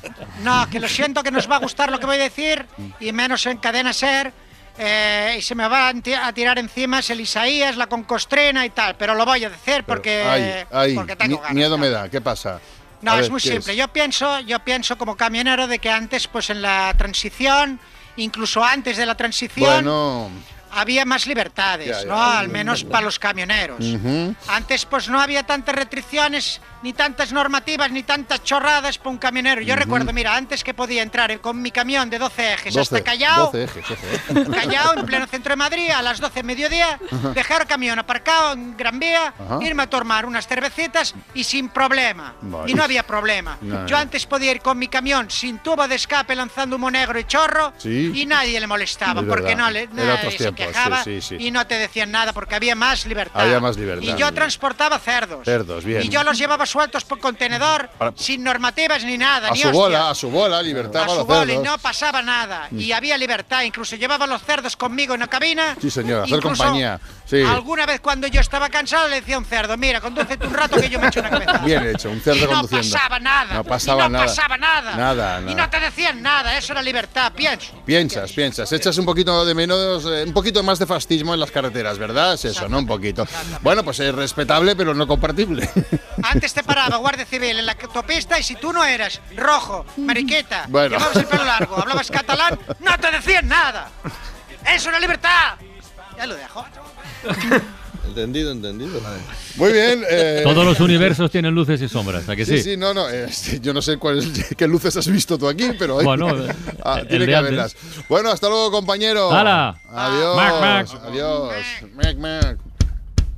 No, que lo siento que nos va a gustar lo que voy a decir, y menos en cadena ser, eh, y se me va a ti- a tirar encima es el Isaías, la concostrena y tal, pero lo voy a decir porque,
Ay, ay,
porque tengo
mi-
ganas.
miedo me da, ¿qué pasa?
No,
A ver,
es muy
¿qué
simple. Yo pienso, yo pienso como camionero de que antes, pues en la transición, incluso antes de la transición,
Bueno,
había más libertades,
Ya, ya,
¿no?
ya,
Al menos para los camioneros.
ujú.
Antes pues no había tantas restricciones, ni tantas normativas, ni tantas chorradas para un camionero. Yo
Ujú.
recuerdo, mira, antes que podía entrar con mi camión de 12 ejes
12,
hasta Callao,
12 ejes, 12 ejes.
Callao, en pleno centro de Madrid, a las 12 de mediodía,
Ajá.
dejar camión aparcado en Gran Vía,
Ajá.
irme a tomar unas cervecitas y sin problema.
Vale.
Y no había problema.
No,
Yo
no.
antes podía ir con mi camión sin tubo de escape lanzando humo negro y chorro
Sí.
y nadie le molestaba
Es
porque
verdad.
no le
Era
nadie
otros
se
tiempos, sí,
quejaba
sí, sí.
y no te decían nada porque había más libertad.
Había más libertad.
Y yo transportaba cerdos.
Cerdos, bien.
Y yo los llevaba sueltos por contenedor,
Para-
sin normativas ni nada.
A
ni
su
hostias.
bola, a su bola, libertad
A
para
su
los
bola y
cerdos.
no pasaba nada.
Mm.
Y había libertad. Incluso llevaba los cerdos conmigo en la cabina.
Sí, señora, hacer
Incluso
compañía. Sí,
Alguna vez cuando yo estaba cansado le decía a un cerdo, mira, condúcete un rato que yo me echo una cabeza.
bien hecho, un cerdo
y no
conduciendo.
pasaba nada.
No pasaba
y no
nada.
pasaba nada.
Nada,
Y
nada.
no te decían nada. Eso era libertad, pienso.
Piensas, piensas, echas un poquito de menos, eh, un poquito más de fascismo en las carreteras, ¿verdad? Es eso, ¿no? Un poquito. Bueno, pues es respetable, pero no compartible.
Antes te paraba Guardia Civil en la autopista y si tú no eras rojo, mariqueta,
Bueno.
llevabas el pelo largo, hablabas catalán, no te decían nada. ¡Es una libertad! Ya lo dejo.
Entendido, entendido.
Muy bien. eh,
Todos los universos tienen luces y sombras, ¿a que sí?
Sí, sí, no, no. eh, sí, yo no sé cuál es- qué luces has visto tú aquí, pero eh,
Bueno, eh,
ah,
el
tiene
de
que
antes.
haberlas. Bueno, hasta luego, compañero.
¡Hala!
Adiós.
Mac, mac.
Adiós. Mac, mac.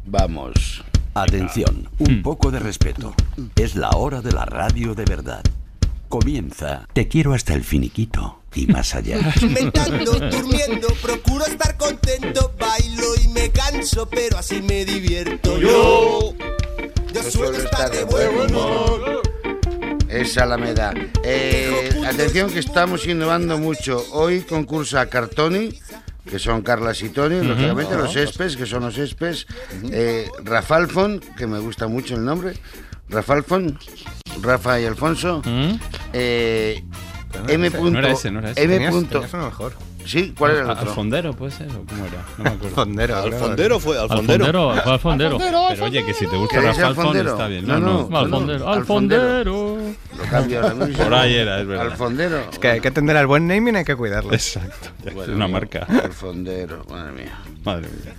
Vamos. Atención, un poco de respeto. Es la hora de la radio de verdad. Comienza. Te quiero hasta el finiquito y más allá.
Inventando, durmiendo, procuro estar contento, bailo y me canso, pero así me divierto yo. Yo suelo estar de buen humor.
Es Alameda. Eh, atención que estamos innovando mucho. Hoy concursa Cartoni, que son Carlas y Tony,
Ujú.
lógicamente,
Ajá.
los Espes, que son los Espes, eh, Rafalfon, que me gusta mucho el nombre, Rafalfon, Rafa y Alfonso, eh, M.
ese, no era ese, no era ese.
M.
Tenías-
punto-
tenías uno mejor.
Sí, ¿cuál era el
Al-
otro?
¿Alfondero puede ser? ¿O cómo era? No me acuerdo. Alfondero, creo.
Alfondero fue, Alfondero.
Alfondero, fue Alfondero.
Alfondero,
Pero oye, que si te gusta
¿Queréis
Rafa Alfon
Alfondero?
está bien.
No,
No, no,
no, no,
Alfondero.
no,
Alfondero.
Lo cambio ahora mismo.
Por ahí era, es verdad.
Alfondero.
Es que hay que atender al buen naming, hay que cuidarlo.
Exacto.
Pues, Bueno,
es una
amigo,
marca.
Alfondero, madre mía.
Madre mía.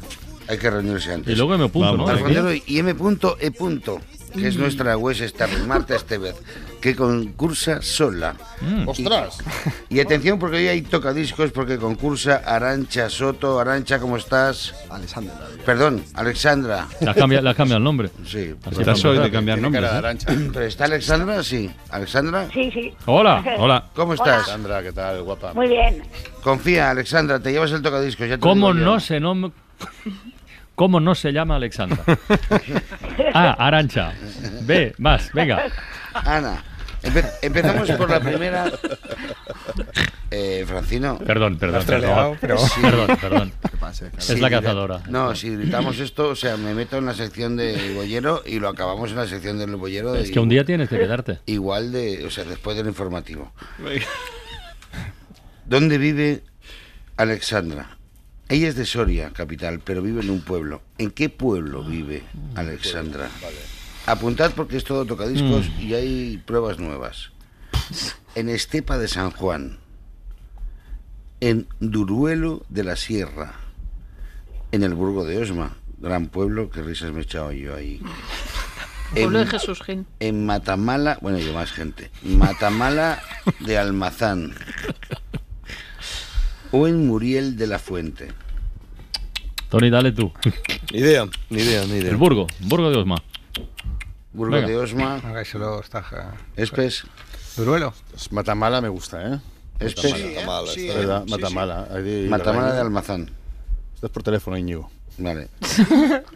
Hay que reunirse antes.
Y luego M punto, Vamos. ¿eh? ¿no? Mm.
Alfondero y M. punto E. punto, que es nuestra Western Marta Estevez, que concursa sola.
Mm. Ostras.
Y atención porque hoy hay tocadiscos porque concursa Arancha Soto. Arancha, ¿cómo estás? Alexandra. Perdón, Alexandra.
Le has cambiado, le has cambiado el nombre.
Sí.
Estás hoy de cambiar nombres. ¿eh?
¿Pero está Alexandra? Sí. ¿Alexandra?
Sí, sí.
¿Cómo estás?
Hola.
Alexandra, ¿qué tal? Guapa.
Muy bien.
Confía, Alexandra, te llevas el tocadiscos. Ya te
¿Cómo
digo yo.
no se nom- ¿Cómo no se llama Alexandra? A, Arancha. B, más, venga.
Ana, empe- empezamos por la primera. Eh, Francino.
Perdón, perdón, Has troleado, perdón. pero-
Sí.
Perdón, perdón. Que pase, claro. Es la
grita-
cazadora.
No, si gritamos esto, o sea, me meto en la sección del bollero y lo acabamos en la sección del bollero.
Es que un día tienes que quedarte.
Igual de, o sea, después del informativo. ¿Dónde vive Alexandra? Ella es de Soria, capital, pero vive en un pueblo. ¿En qué pueblo vive Alexandra? Apuntad porque es todo tocadiscos
Mm.
y hay pruebas nuevas. En Estepa de San Juan, en Duruelo de la Sierra, en el Burgo de Osma, gran pueblo, que risas me he echado yo ahí.
Pueblo de
En-
Jesús Gil.
en Matamala, bueno, yo más gente. Matamala de Almazán. O en Muriel de la Fuente.
Tony, dale tú.
Ni idea, ni idea, ni idea.
El Burgo, Burgo de Osma.
Burgo
Venga.
de Osma.
Hágaselo, estaja.
Espes.
Duruelo.
Matamala me gusta, ¿eh?
Espes.
Matamala,
Sí,
está
eh,
¿verdad?
sí,
Matamala.
sí.
Ahí de-
Matamala de Almazán.
Estás por teléfono, Íñigo.
Vale.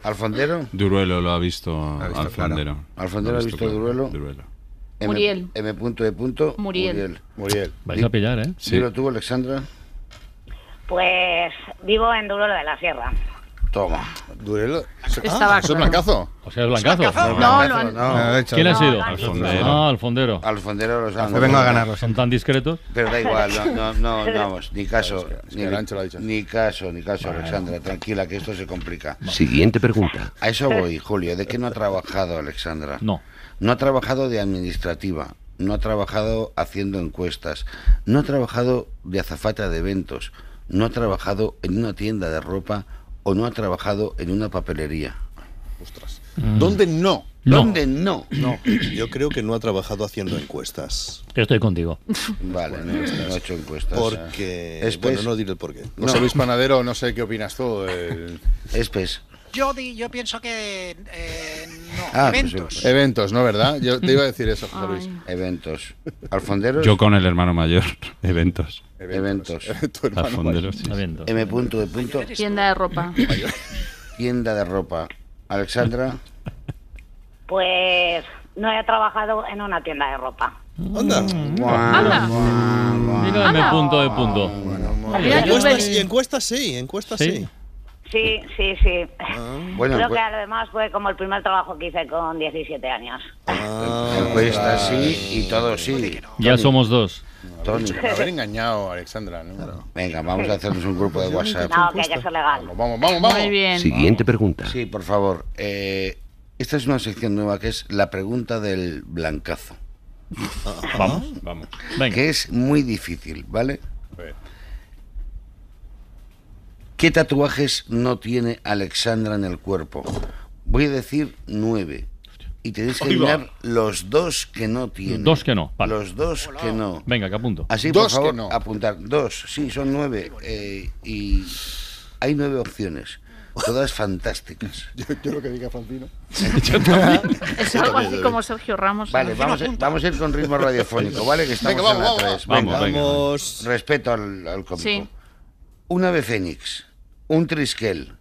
Alfondero.
Duruelo lo ha visto,
visto,
Alfondero.
claro. Alfondero ha visto
claro.
Duruelo. M-
Muriel.
M. punto de punto.
Muriel.
Muriel.
Vais a pillar, ¿eh?
Sí. lo tuvo Alexandra.
Pues vivo en Duro de la Sierra.
Toma. Duruelo.
¿Eso
Estaba
es
claro.
blancazo?
O sea, es blancazo.
No, No, lo han- no.
No, de hecho,
¿Quién ha
no,
sido?
lo han dicho.
Ah, Alfondero.
Alfondero los han-
Te vengo a ganarlo,
Son tan discretos.
Pero da igual, no, no, no, no, vamos, ni caso, ni, ni caso, ni caso, Alexandra, tranquila, que esto se complica.
Siguiente pregunta.
A eso voy, Julio, ¿de qué no ha trabajado Alexandra?
No.
No ha trabajado de administrativa, no ha trabajado haciendo encuestas, no ha trabajado de azafata de eventos, no ha trabajado en una tienda de ropa o no ha trabajado en una papelería.
Ostras.
¿Dónde
no?
No.
¿Dónde no?
No, yo creo que no ha trabajado haciendo encuestas.
Estoy contigo.
Vale, no, no he hecho encuestas.
Porque-
Espes.
bueno, no diré el porqué.
pues- No, sé, Luis Panadero, no sé qué opinas tú. eh.
Espes.
Yo, di- yo pienso que eh, no.
Ah, pues,
Eventos.
eventos, ¿no? ¿Verdad? Yo te iba a decir eso, José Luis.
Eventos. Alfonderos.
Yo con el hermano mayor, eventos.
Eventos.
Alfondero, sí.
M. Punto de punto.
Tienda de ropa.
Tienda de ropa. Alexandra.
Pues no he trabajado en una tienda de ropa.
Anda.
Mm.
Anda.
Mira,
Anda.
me punto de punto.
Habría que
Encuestas-
ver.
y encuestas sí, encuestas sí.
Sí, sí, sí.
Bueno,
Creo
pues-
que además fue como el primer trabajo que hice con 17 años.
Ah,
Encuesta sí y todo sí.
Ya somos dos.
Tony.
Por haber engañado a Alexandra, ¿no? Pues
Venga, vamos a hacernos un grupo de WhatsApp.
No, que hay que ser legal.
Vamos, vamos, vamos.
Muy bien.
Siguiente pregunta. Sí, por favor. Eh, esta es una sección nueva que es la pregunta del blancazo.
Vamos, vamos.
Que es muy difícil, ¿vale? ¿Qué tatuajes no tiene Alexandra en el cuerpo? Voy a decir nueve. Y tenéis que
Ahí va.
mirar los dos que no tiene.
Dos que no, vale.
Los dos que no.
Venga, que apunto.
Así, por
Dos
favor,
que no.
apuntar. Dos, sí, son nueve. eh, y hay nueve opciones. Todas fantásticas.
Yo, lo que diga Fantino.
Es algo así como Sergio Ramos.
Vale, vamos a, vamos a ir con ritmo radiofónico, ¿vale? Que estamos
Venga,
en
vamos,
la
vamos,
3.
vamos.
Respeto al, al cómico.
Sí.
Un ave fénix, un trisquel,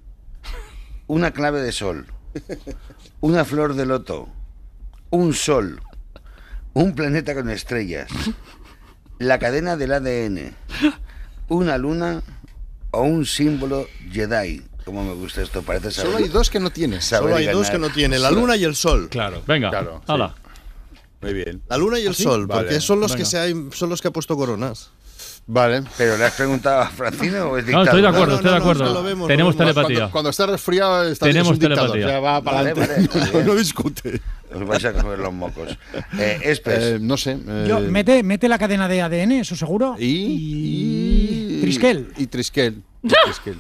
una clave de sol, una flor de loto, un sol, un planeta con estrellas, la cadena del ADN, una luna o un símbolo Jedi. Como me gusta esto, parece saber.
Solo hay dos que no tiene.
saber
Solo
y
hay dos
ganar.
que no tiene,
La
Sí.
luna y el sol.
Claro. Venga.
Claro, sí.
Hala.
Muy bien.
La luna y el
¿Ah, sí?
sol,
Vale,
porque son los,
venga.
que se ha, son los que ha puesto coronas.
Vale.
¿Pero le has preguntado a Francino o es
No,
dictadura?
estoy de acuerdo, estoy de acuerdo. Tenemos telepatía.
Cuando, cuando está resfriado, está
Tenemos
es un dictador,
telepatía.
ya va para
Vale,
adelante.
vale, vale.
no, discute.
Os vais a comer los mocos. Eh, Espes.
Eh, no sé. eh,
Yo, mete, mete la cadena de ADN, eso seguro.
y,
Trisquel.
Y Trisquel. Y Trisquel.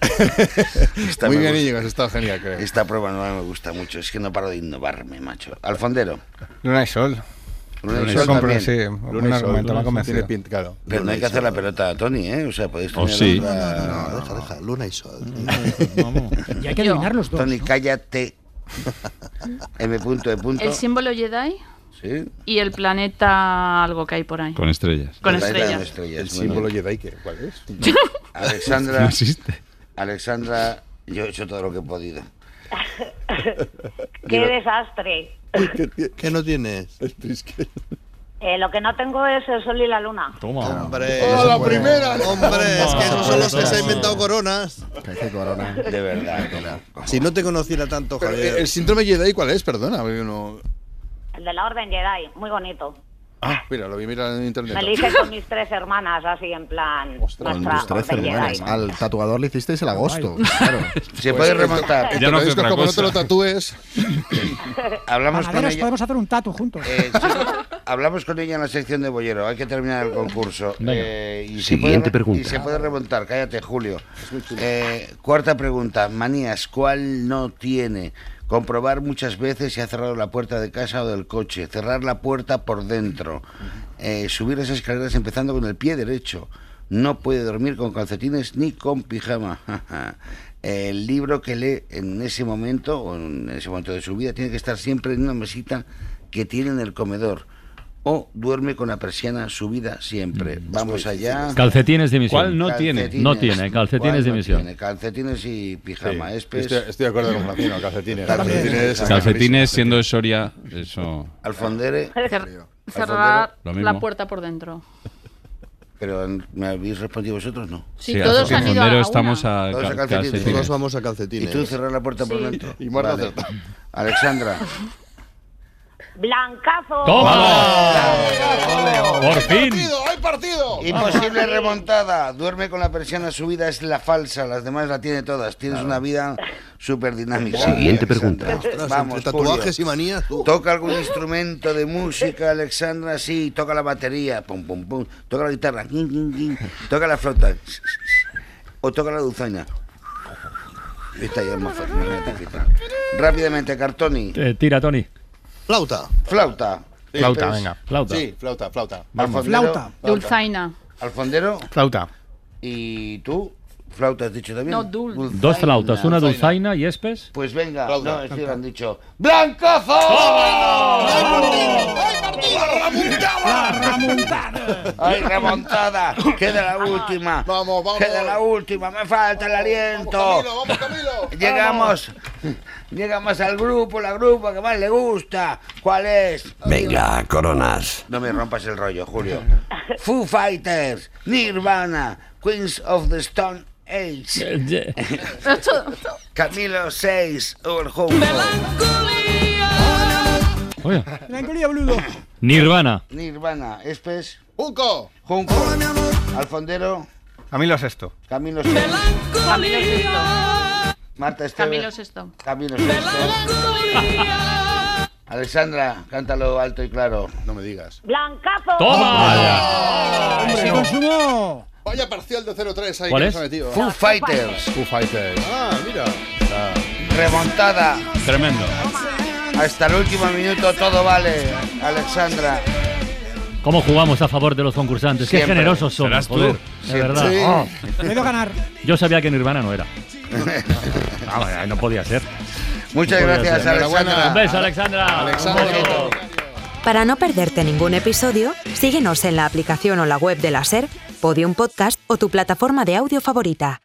Esta
Muy
me
bien,
gusta.
Íñigo, has estado genial, creo.
Esta prueba nueva me gusta mucho. Es que no paro de innovarme, macho. Alfondero.
Luna y sol.
Luna y
Yo
Sol
compro,
también.
sí,
Luna
un argumento,
y Sol,
me
Luna
ha
y Sol
convencido.
tiene pinta, Pero no hay que hacer la pelota a Tony, ¿eh? O sea, podéis
Oh,
tener
sí.
otra-
No, deja, deja. Luna y sol.
Y hay que adivinar los dos.
Tony, cállate. M punto, E punto.
El símbolo Jedi
Sí.
y el planeta algo que hay por ahí.
Con estrellas.
Con
Pues Ahí está,
estrellas.
estrellas,
El
bueno.
símbolo Jedi, ¿qué? ¿cuál es?
Alexandra.
No existe.
Alexandra, yo he hecho todo lo que he podido.
¡Qué
Digo-
desastre!
¿Qué, qué no tienes? El Trisquel.
Eh, lo que no tengo es el sol y la luna.
Toma.
Hombre,
¡Oh, la primera!
Hombre, es que esos son los que se ha inventado coronas.
De verdad.
Si no te conociera tanto,
Pero,
Javier.
eh, ¿El síndrome Jedi cuál es? Perdona. porque No...
El de la Orden Jedi, muy bonito.
Ah, mira, lo vi mirar en internet.
Me lo hice con mis tres hermanas, así en plan.
Con
nuestra
tus 13
Orden Jedi.
hermanas. Al tatuador le hicisteis el agosto. Claro. Pues
Se puede
Este
remontar.
Pues, Ya no hace otra Como no te cosa. lo tatúes.
Hablamos con
Panaderos,
ella.
podemos hacer un tatu juntos.
Eh, sí, hablamos con ella en la sección de Bollero. Hay que terminar el concurso. Eh, y se
Siguiente
puede-
pregunta.
Y se puede remontar. Cállate, Julio. Eh, cuarta pregunta. Manías, ¿cuál no tiene? Comprobar muchas veces si ha cerrado la puerta de casa o del coche. Cerrar la puerta por dentro. Eh, subir las escaleras empezando con el pie derecho. No puede dormir con calcetines ni con pijama. El libro que lee en ese momento o en ese momento de su vida tiene que estar siempre en una mesita que tiene en el comedor o duerme con la persiana subida siempre.
Mm,
Vamos allá.
Calcetines de emisión. ¿Cuál no tiene?
Calcetines.
No tiene, calcetines
¿Cuál
de
no
emisión.
tiene? Calcetines y pijama.
Sí,
Espes.
estoy- estoy de acuerdo con Francino, calcetines. Calcetines.
Calcetines siendo de Soria, eso.
Alfondere.
Cer-
Alfondero,
cerrar
lo
la
mismo.
puerta por dentro.
Pero me habéis respondido vosotros, ¿no?
Sí, Sí, todos Alfondero, han ido a
Ah,
la
estamos a
Todos
cal-
calcetines.
calcetines. Todos
vamos a calcetines.
Y tú cerrar la puerta por
Sí.
dentro.
Y Marta
Vale.
acertó.
Alexandra.
¡Blancazo!
Por fin.
¡Hay partido!
Imposible remontada. Duerme con la persiana subida es la falsa. Las demás la tiene todas. Tienes una vida súper dinámica.
Siguiente pregunta.
Vamos,
entre tatuajes
Julio.
y manías. tú.
Toca algún instrumento de música, Alexandra, sí, toca la batería, pum pum pum, toca la guitarra, guin, guin, guin. toca la flauta o toca la dulzaina. Esta ya es más fácil, más gratificante. Rápidamente, Cartoni,
Eh, tira, Tony.
Flauta.
flauta.
Flauta,
Espes.
venga.
Flauta.
Sí, flauta, flauta.
Alfondero,
Flauta.
Dulzaina.
Alfondero,
Flauta.
¿y tú? ¿Flauta has dicho también?
No, dul-
Dos flautas, una dulzaina y espes.
Pues venga, no, es que lo han dicho. ¡Blancazo! ¡Hay partido! ¡Hay partido! ¡Ramontada! ¡Ay, remontada! ¡Queda la última! ¡Vamos, vamos! ¡Queda la última! ¡Me falta el aliento! Llegamos, llegamos al grupo, la grupo que más le gusta. ¿Cuál es?
Venga, coronas.
No me rompas el rollo, Julio. Foo Fighters, Nirvana, Queens of the Stone Age. Camilo 6, Urjú.
Melancolía, boludo.
Nirvana.
Nirvana, Espes. Junco. Junco. Alfondero.
Camilo Sexto.
Camilo Sesto.
Camilo Sesto.
Marta Esteves.
Camilo Sesto.
Camilo Sesto. Alexandra, cántalo alto y claro. No me digas.
¡Blancazo!
Hombre, no.
consumó! Vaya parcial de 0-3 ahí
¿Cuál
que
es?
nos ha metido.
Foo Fighters.
Ah, Foo Fighters. Ah, mira.
Remontada.
Tremendo.
Hasta el último minuto todo vale, Alexandra.
¿Cómo jugamos a favor de los concursantes? Qué
Siempre.
generosos somos,
Serás tú.
joder. De
Siempre.
verdad.
Sí.
Oh.
Puedo ganar.
Yo sabía que Nirvana no era. Vamos, no podía ser.
Muchas
No podía
gracias,
ser.
Alexandra.
Un beso, Alexandra.
Alexandra.
Un beso.
Para no perderte ningún episodio, síguenos en la aplicación o la web de la SER, Podium Podcast o tu plataforma de audio favorita.